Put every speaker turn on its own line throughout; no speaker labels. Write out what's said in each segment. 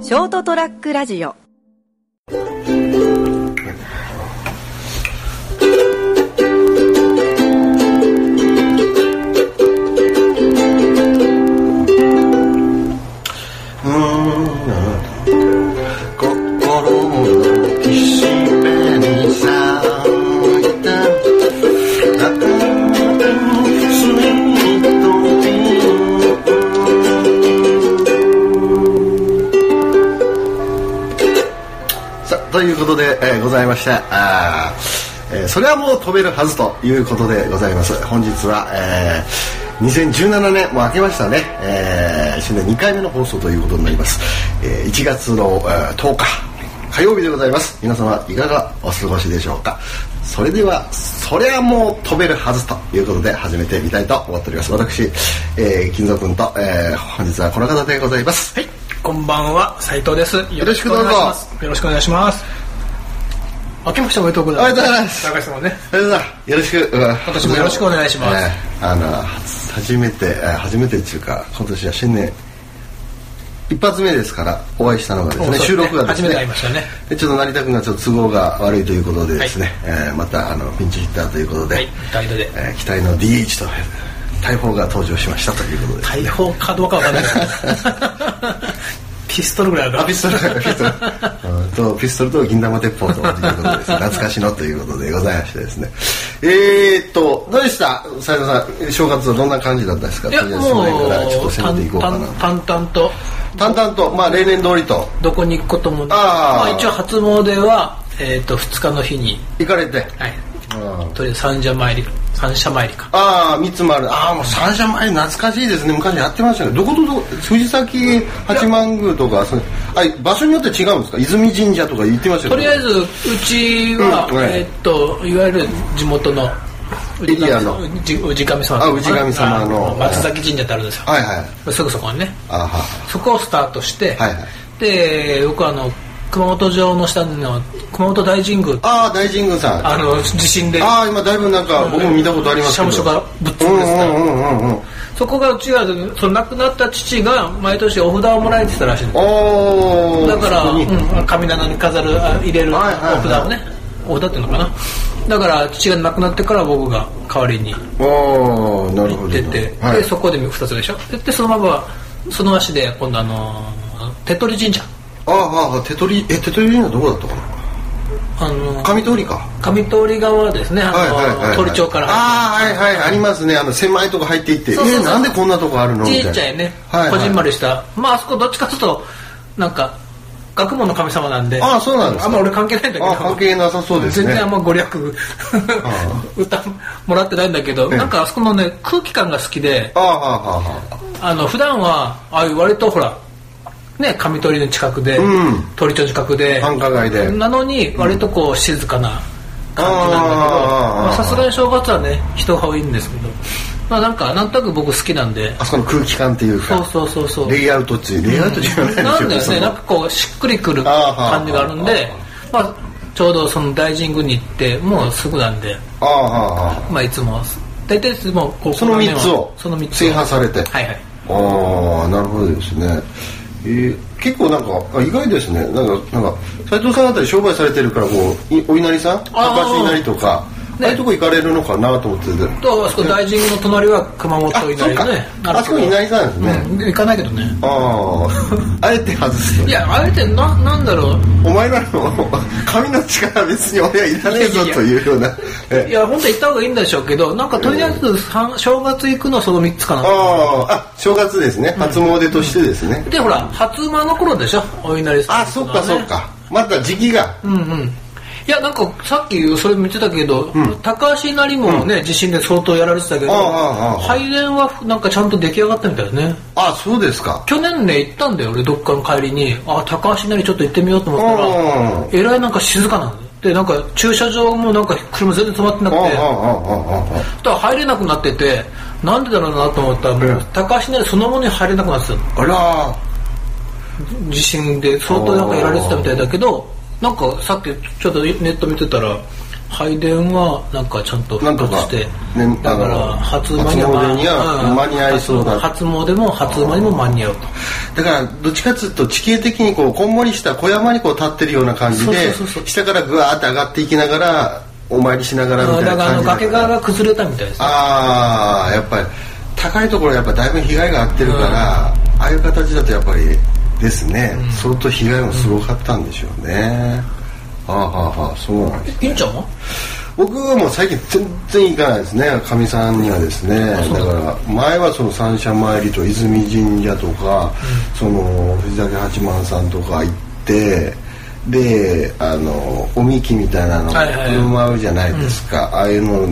ショートトラックラジオ
心の岸辺に咲いた赤いスイートピンクさあということで、えーございましたあー、えーそれはもう飛べるはずということでございます本日は、えー2017年もう明けましたね、えー、一年2回目の放送ということになります、えー1月の、えー10日火曜日でございます皆様いかがお過ごしでしょうかそれではそれはもう飛べるはずということで始めてみたいと思っております私、えー金蔵君と、えー本日はこの方でございます
はい、こんばんは、斉藤です。よ
ろしくどうぞ
ろお願いしますよろしくお願いします。明けましておめでとうございます。
おめでとうございます
高橋様ね。
それではよろしくうん
今年もよろしくお願いします
ええあの初初めてえー初めてっていうか今年は新年一発目ですからお会いしたのがです
お
ね
そうですね
収録がです
初
ね
めて会いましたね
でちょっと成田君がちょっと都合が悪いということでですね、えーまたあのピンチヒッターということで、
はい、ガイドで。
えー期待の DH と大砲が登場しましたということで
大砲かどうかわかんないけどピストルぐらいあるか
あ
ら。
ピストルピストルうんとピストルと銀玉鉄砲ということです懐かしのということでございましてですねえーっとどうでした斉藤さん正月はどんな感じだったですか
いや、
とりあえずその辺からちょっ
も
と
う、
攻めていこうかな
淡々と、
淡々とまあ例年通りと
どこに行くことも、
あ
ま
ー
あ一応初詣は、えっと、2日の日に、
行かれて
はい、
うん
とりあえず三社参り、三社参りか。
ああ三つ丸ああもう三社前懐かしいですね昔やってましたけどどことどこ藤崎八幡宮とかそのあ場所によって違うんですか泉神社とか言ってましたけど
とりあえずうちは、
うんはい
えーっといわゆる地元の
エリアの
氏氏神様
あ氏神様の
あ松崎神社ってあるんですよ、
はいはい
すぐそこにね
あーは
そこをスタートして、
はいはい
で僕はあの熊本城の下の熊本大神宮
あー大神宮さん
あの地震で
ああ今だいぶなんか僕も見たことありますけど
社務所がぶっ
う
潰
んう
れてた、
んうんうんうん
そこがうちはその亡くなった父が毎年お札をもらえてたらしいんです
おー
だから、
そこ
う
に
ん、神棚に飾るあ入れるお
はいはいはい
札をね、お札っていうのかなだから父が亡くなってから僕が代わりに
おーなるほど
行ってて、
はい
でそこで2つでしょででそのままその足で今度あのー手取神社
あーあー手取りえ手取りはどこだったかな
あのー
上通りか
上通川ですねあの
はい
ー、
はいはいはい
鳥町から
ああーはいはいありますねあの狭いとこ入っていって
そうそうそう
えなんでこんなとこあるのみたい
ち
な
っちゃいね、
はいはい
こじんまりしたまああそこどっちかというとなんか学問の神様なんで
ああそうなんですか
あんま俺関係ないんだけど
あー関係なさそうですね
全然あんまご利益歌もらってないんだけど、
ええ
なんかあそこのね空気感が好きで
あーはーはーは
あの普段はああいう割とほらね上鳥の近くで、
うん
鳥町の近くで
ー繁華街で
なのに割とこう静かな感じなんだけど
あー
まあさすがに正月はね人が多いんですけどまあなんかなんとなく僕好きなんで
あそこの空気感っていうか
そうそうそうそう
レイアウトっていうレイアウトじゃないですよ
なんだよ
そ
ね
の
なんかこうしっくりくる
あーはー
感じがあるんでまあちょうどその大神宮に行ってもうすぐなんで
あーはーは
まあいつも大体いつもこう
その
こ辺は
三つを
その三つ
制覇されて
はいはい
ああなるほどですね、えー結構なんかあ意外ですねなんかなんか斉藤さんあたり商売されてるからこういお稲荷さん
あー
高橋稲荷とか、
ね
ああいうとこ行かれるのかなと思ってて
とあそこ大神宮の隣は熊本
あそ
稲荷
う
の
か
ね
あそこ稲荷さんですね、
うん行かないけどね
あ ああえて外す
いやあえてななんだろう
お前らの 髪の力別に俺はいらねえぞ
いやいや
というようなえ
いや本当は行った方がいいんでしょうけどなんかとりあえず三正月行くのはその3つかな
あーあ正月ですね初詣としてですね、
でほら初馬の頃でしょお稲荷さん
あそっかそっかまた時期が
うんうんいやなんかさっきそれ見てたけど、高橋なりもね、地震で相当やられてたけど
ああああ
拝殿はなんかちゃんと出来上がったみたいですね
あそうですか
去年ね行ったんだよ俺どっかの帰りにあ高橋なりちょっと行ってみようと思った
うん
らえらいなんか静かなんだよでなんか駐車場もなんか車全然止まってなくて
あ
だから入れなくなっててなんでだろうなと思ったらも
え
う
え
高橋なりそのものに入れなくなってたの
あら
地震で相当なんかやられてたみたいだけどなんかさっきちょっとネット見てたら配電はなんかちゃんと
なん
復
と
活
か
して、
ね
だか
あの
ら初馬には
初詣には間に合いそうだ
初詣も初馬にも間に合うと
だからどっちかっていうと地形的にこうこんもりした小山にこう立ってるような感じで
そうそうそうそう
下からぐわーって上がっていきながらお参りしながらみた
うん
い
だ
な
からあ
感
の
じだ
崖側が崩れたみたいです
ああやっぱり高いところはやっぱだいぶ被害があってるから、ああいう形だとやっぱりですね、相当被害もすごかったんでしょうね、ああはあはあそうなんです
ピンちゃんは
僕はもう最近全然行かないですねかみさんにはですねだから前はその三社参りと泉神社とか、その藤崎八幡さんとか行ってであのおみきみたいなのを
はいはいはい
振る舞うじゃないですか、ああいうの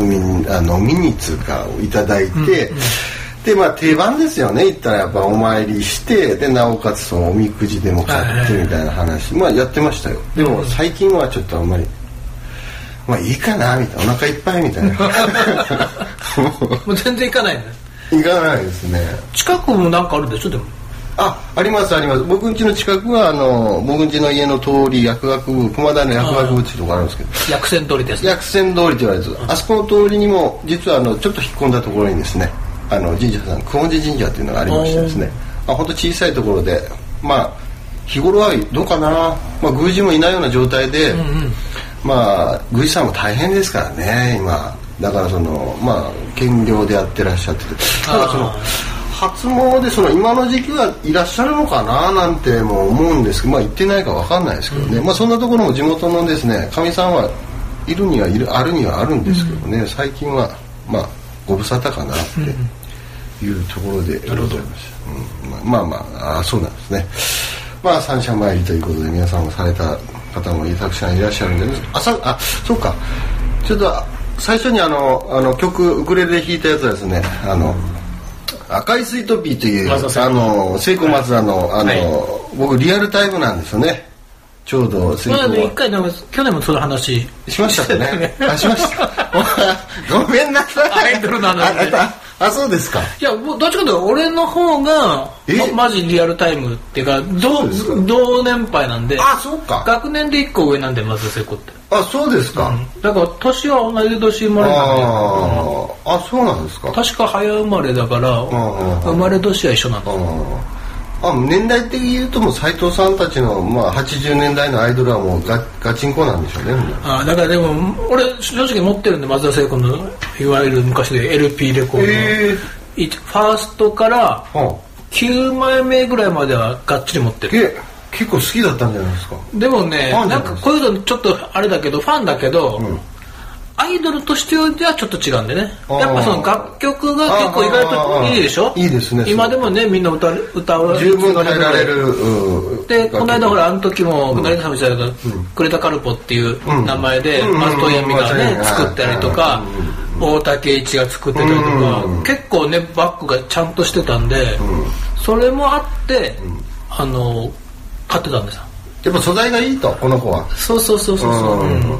飲みにあ飲みにつうかをいただいて、でまあ定番ですよね行ったらやっぱお参りしてでなおかつそのおみくじでも買ってみたいな話、まあやってましたよでも最近はちょっとあんまりまあいいかなみたいなお腹いっぱいみたいな も
もう全然行かないね
う行かないですね
近くもなんかあるでしょでも
あありますあります僕ん家の近くはあの僕ん家の家の通り薬学部駒台の薬学部っていうとこあるんですけど
薬膳通りですね
薬船通りと言われるんですあそこの通りにも実はあのちょっと引っ込んだところにですねあの神社さん久遠寺神社っていうのがありましてですねまあ本当小さいところでまあ日頃はどうかな、まあ、宮司もいないような状態で、まあ宮司さんも大変ですからね今だからそのまあ兼業でやってらっしゃっててただその
あー
初詣その今の時期はいらっしゃるのかななんても思うんですけどまあ行ってないかわかんないですけどね、まあそんなところも地元のですねかみさんはいるにはいるあるにはあるんですけどね、最近はまあご無沙汰かなっていうところでございます、うん、まあまあまああそうなんですねまあ三社参りということで皆さんもされた方もたくさんいらっしゃるんであさあそうかちょっと最初にあのあの曲ウクレレ弾いたやつはですねあの、赤いスイートピーという、
松田聖子
あの、聖子松田の、あの、
は
僕リアルタイムなんですよね。ちょうど聖
ま
子
あ、一
は。
回なんか去年もその話
しましたか ね。あ、しま した。ごめんなさい。
アイドルなのに
ああたあ、そうですか。
いやもうどっちかというと俺の方が
え
まマジリアルタイムっていうか
そうですか
同同年配なんで
あ、そうか。
学年で一個上なんで松田聖子って
あ、そうですか。
だから年は同じ年生まれなんで
ああ、あ、そうなんですか。
確か早生まれだから
ん
生まれ年は一緒なんだ
あ年代的に言うともう斎藤さんたちの、まあ、80年代のアイドルはもうガガチンコなんでしょうねみんな
あだからでも俺正直持ってるんで松田聖子のいわゆる昔で LP レコードの、
え
一ファーストから
は
9枚目ぐらいまではがっちり持って
あ、
る
え結構好きだったんじゃないですか
でもね
ファンじゃ
なん
ない
かこういうのちょっとあれだけどファンだけど、アイドルとしてはちょっと違うんでね
あー
やっぱその楽曲が結構意外といいでしょ
あーいいですね
今でもねみんな歌う歌う
十分耐えられるうん
でこの間ほらあの時も成田さんも言ってたけどクレタカルポっていう名前で
うん
松任谷由実が
うん
ね作ったりとか大竹一が作ってたりとか結構ねバックがちゃんとしてたんでそれもあってあの買ってたんですよ
やっぱ素材がいいとこの子は
そうそうそうそうそう
うん
うん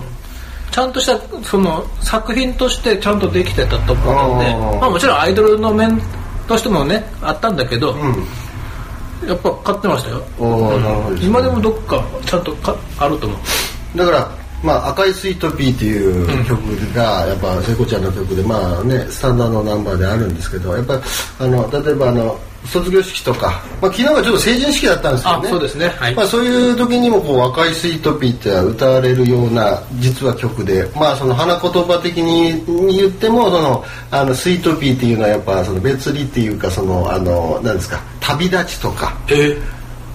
ちゃんとしたその作品としてちゃんとできてたと思うんで
うん
まあもちろんアイドルの面としてもねあったんだけど
うん
やっぱ買ってましたよ
おおなるほどすね
今でもどっかちゃんとかあると思う
だから、まあ、赤いスイートピーっていう曲が、やっぱ聖子ちゃんの曲で、まあね、スタンダードナンバーであるんですけどやっぱあの例えばあの卒業式とか、まあ、昨日はちょっと成人式だったんですよね
あそうですねはい
まあ、そういう時にもこう赤いスイートピーって歌われるような実は曲で、まあ、その花言葉的に言ってもそのあのスイートピーっていうのはやっぱその別離っていうかそのあのなんですか旅立ちとか
えー、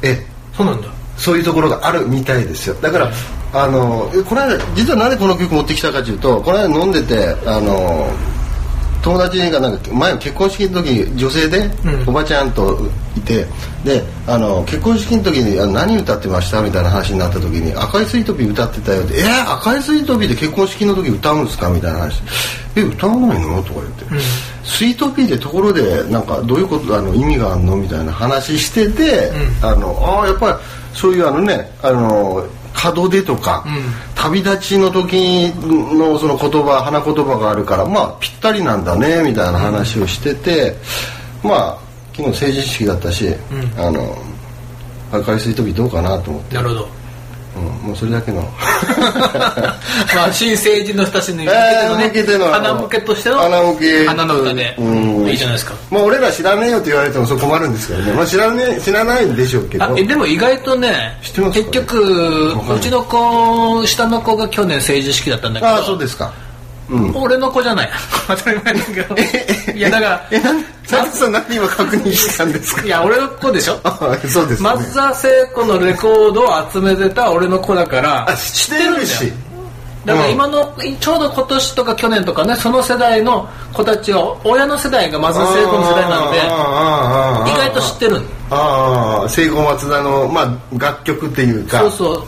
え
そうなんだ
そういうところがあるみたいですよだからあのえこの間実はなんでこの曲持ってきたかというとこの間飲んでてあの友達がなんか前結婚式の時女性で、
うん
おばちゃんといてであの結婚式の時にあの何歌ってましたみたいな話になった時に「赤いスイートピー歌ってたよ」って「えー、赤いスイートピーで結婚式の時歌うんですか?」みたいな話「え歌わないの?」とか言って、スイートピーでところでなんかどういうことあの意味があるのみたいな話してて、あのあーやっぱりそういうあのねあの門出とか、旅立ちの時のその言葉花言葉があるからまあぴったりなんだねみたいな話をしてて、まあ昨日成人式だったし、あの赤いスイートピーどうかなと思って
なるほど
うん、もうそれだけの
まあ新成人の人たちに向
えー向け
け
て
て
の
の花向けとしての
花向け
花の歌で
うん
いいじゃないですか
まあ俺ら知らねえよって言われてもそれ困るんですけどね、まあ、知らねえ知らないんでしょうけど
あえでも意外とね
知ってます
結局
わかんないう
ちの子下の子が去年成人式だったんだけど
ああそうですか
俺の子じゃない 当たり前だけどいやだから
えなん佐藤さん何今確認したんですか
いや俺の子でしょ
あそうですよね、
松田聖子のレコードを集めてた俺の子だから
あ知ってる
知って
し
るんだよだから今の、ちょうど今年とか去年とかねその世代の子たちは親の世代が松田聖子の世代なので
の
意外と知ってる
ああ聖子松田の、まあ、楽曲っていうか
そうそう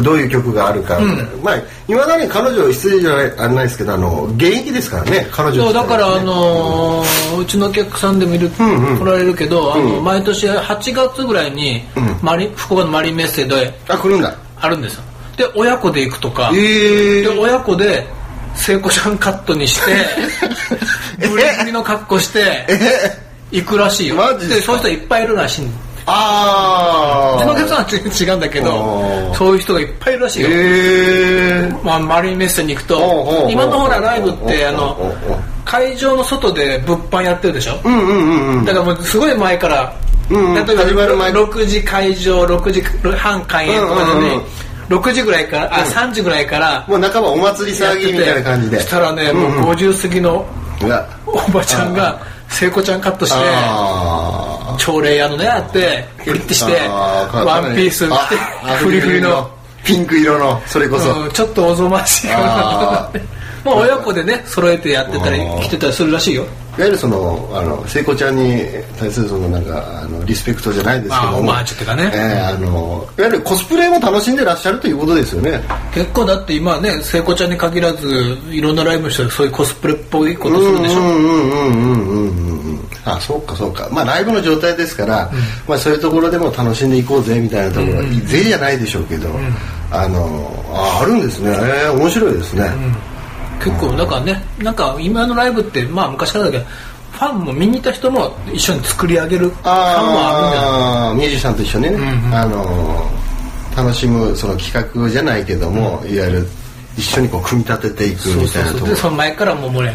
どういう曲があるか、まあいまだに彼女失礼じゃないあれないですけどあの現役ですからね彼女
そう
自体はね
だからあのーうちのお客さんでもいる、来られるけどあの、毎年8月ぐらいに、マリ福岡のマリンメッセで
あ来るんだ
あるんですよで親子で行くとか、
え
で親子で聖子ちゃんカットにして ブリブリの格好して行くらしいよ
マジですか
そういう人いっぱいいるらしいの
あ
う
あ
ちのお客さんは全然違うんだけ
あー
どそういう人がいっぱいいるらしいよ、
ええ
まあ、マリンメッセに行くと
おうおうおう
今のほらライブってあの
おうおうおう
会場の外で物販やってるでしょ、
うんうんうんうん
だからもうすごい前から、
うんうん
例えば
始まる前
6時会場6時半開演とかでね、
うんうんうん
6時ぐらいからあ3時ぐらいから
もう半ばお祭り
やっ
騒
て
ぎ
て
みたいな感じで
したらね、
うんうん
もう50過ぎの
うわ
おばちゃんが聖子ちゃんカットして
あ
朝礼屋のねあってプリッてして
あか
ワンピース着
あ
て
あ
フリフリの、
ピンク色のそれこそ、
うんちょっとおぞましいか
あ
な
ー
まあ親子でね揃えてやってたり
あー
来てたりするらしいよ
いわゆるそのあの聖子ちゃんに対するそのなんかあのリスペクトじゃないですけども
あオマージュっていうかね
ええあのいわゆるコスプレも楽しんでらっしゃるということですよね
結構だって今はね聖子ちゃんに限らずいろんなライブしてるそういうコスプレっぽいことするでしょ
うんうんうんうんうんうんあそうかそうかまあライブの状態ですから、まあ、そういうところでも楽しんでいこうぜみたいなところは、ぜじゃないでしょうけど、あのああるんですねええ面白いですね、
結構だからねなんか今のライブってまあ昔からだけどファンも見に行った人も一緒に作り上げるファンもあるんじゃない
ああミュージシャンと一緒にね、あの楽しむその企画じゃないけども、いわゆる一緒にこう組み立てていくみたいなところ
でその前からもう俺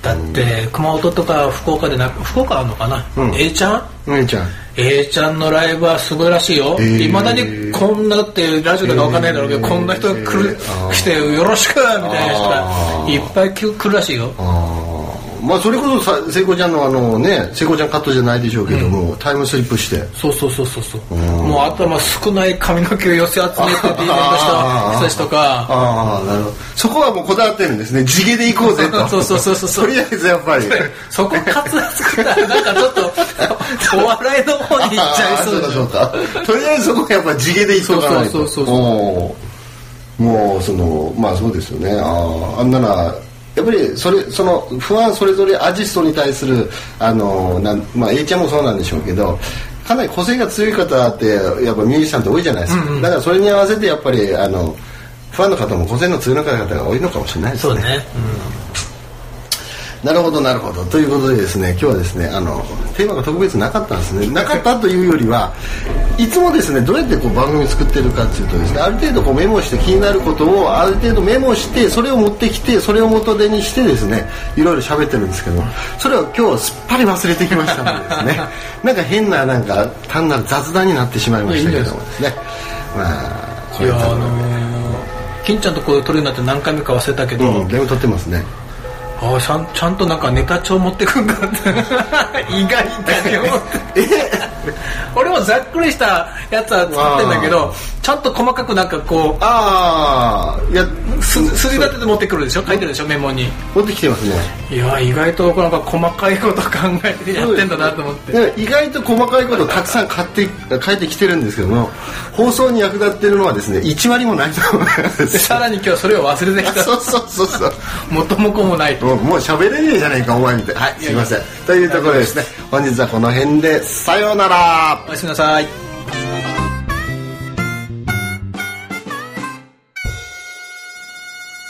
だって熊本とか福岡でなく福岡あるのかな、
うん
A ちゃん
うんちゃん
A ちゃんのライブはすごいらしいよ
えー
いま、未だにこんなだってラジオとかわかんないだろうけど、
えー
こんな人が来る、
えーあー
来てよろしくみたいな人
あ
が
ー
いっぱい来るらしいよ
あーまあそれこそさ聖子ちゃんのあのね聖子ちゃんカットじゃないでしょうけども、タイムスリップして
そうそうそうそうそうもう頭少ない髪の毛を寄せ集めて D メントし た人たちとか
ああなるほどそこはもうこだわってるんですね地毛で行こうぜと
そうそうそうそうそう
とりあえずやっぱ り
そこカツラ作ったらなんかちょっとお笑いの方に行っちゃいそう
あー
でし
そ
ょ
うかそうかとりあえずそこはやっぱ地毛でいっとかないと
そうそうそうそう
おーもうそのまあそうですよねあーあんならやっぱりそれその不安それぞれアジストに対するあのなん、まあ、A ちゃんもそうなんでしょうけどかなり個性が強い方ってやっぱミュージシャンって多いじゃないですか、だからそれに合わせてやっぱりあのファンの方も個性の強い方が多いのかもしれないです
そうね、
なるほどなるほどということでですね今日はですねあのテーマが特別なかったんですねなかったというよりはいつもですねどうやってこう番組作ってるかっていうとですねある程度こうメモして気になることをある程度メモしてそれを持ってきてそれを元手にしてですねいろいろ喋ってるんですけどそれを今日すっぱり忘れてきましたのでです ねなんか変ななんか単なる雑談になってしまいましたけどもですねまあこ
い
れ
や
は
あ
多分
のー金ちゃんとこう撮るようになって何回目か忘れたけど、
うん、電話取ってますね
ああちゃんちゃんとなんかネタ帳持ってくんだって意外だよ俺もざっくりしたやつは作ってんだけどちゃんと細かくなんかこ
ああいや
うすすり立てて持ってくるでしょ書いてるでしょメモに
持ってきてますね
いや意外となんか細かいこと考えてやってんだなと思って
で意外と細かいことをたくさん買って書いてきてるんですけども放送に役立ってるのはですね1割もないと思い ます
でさらに今日それを忘れてきた
そうそうそうそう
元も子もない
もうもう喋れねえじゃないかお前みたいなはいすいませんというところでですね本日はこの辺でさようなら
おやすみなさい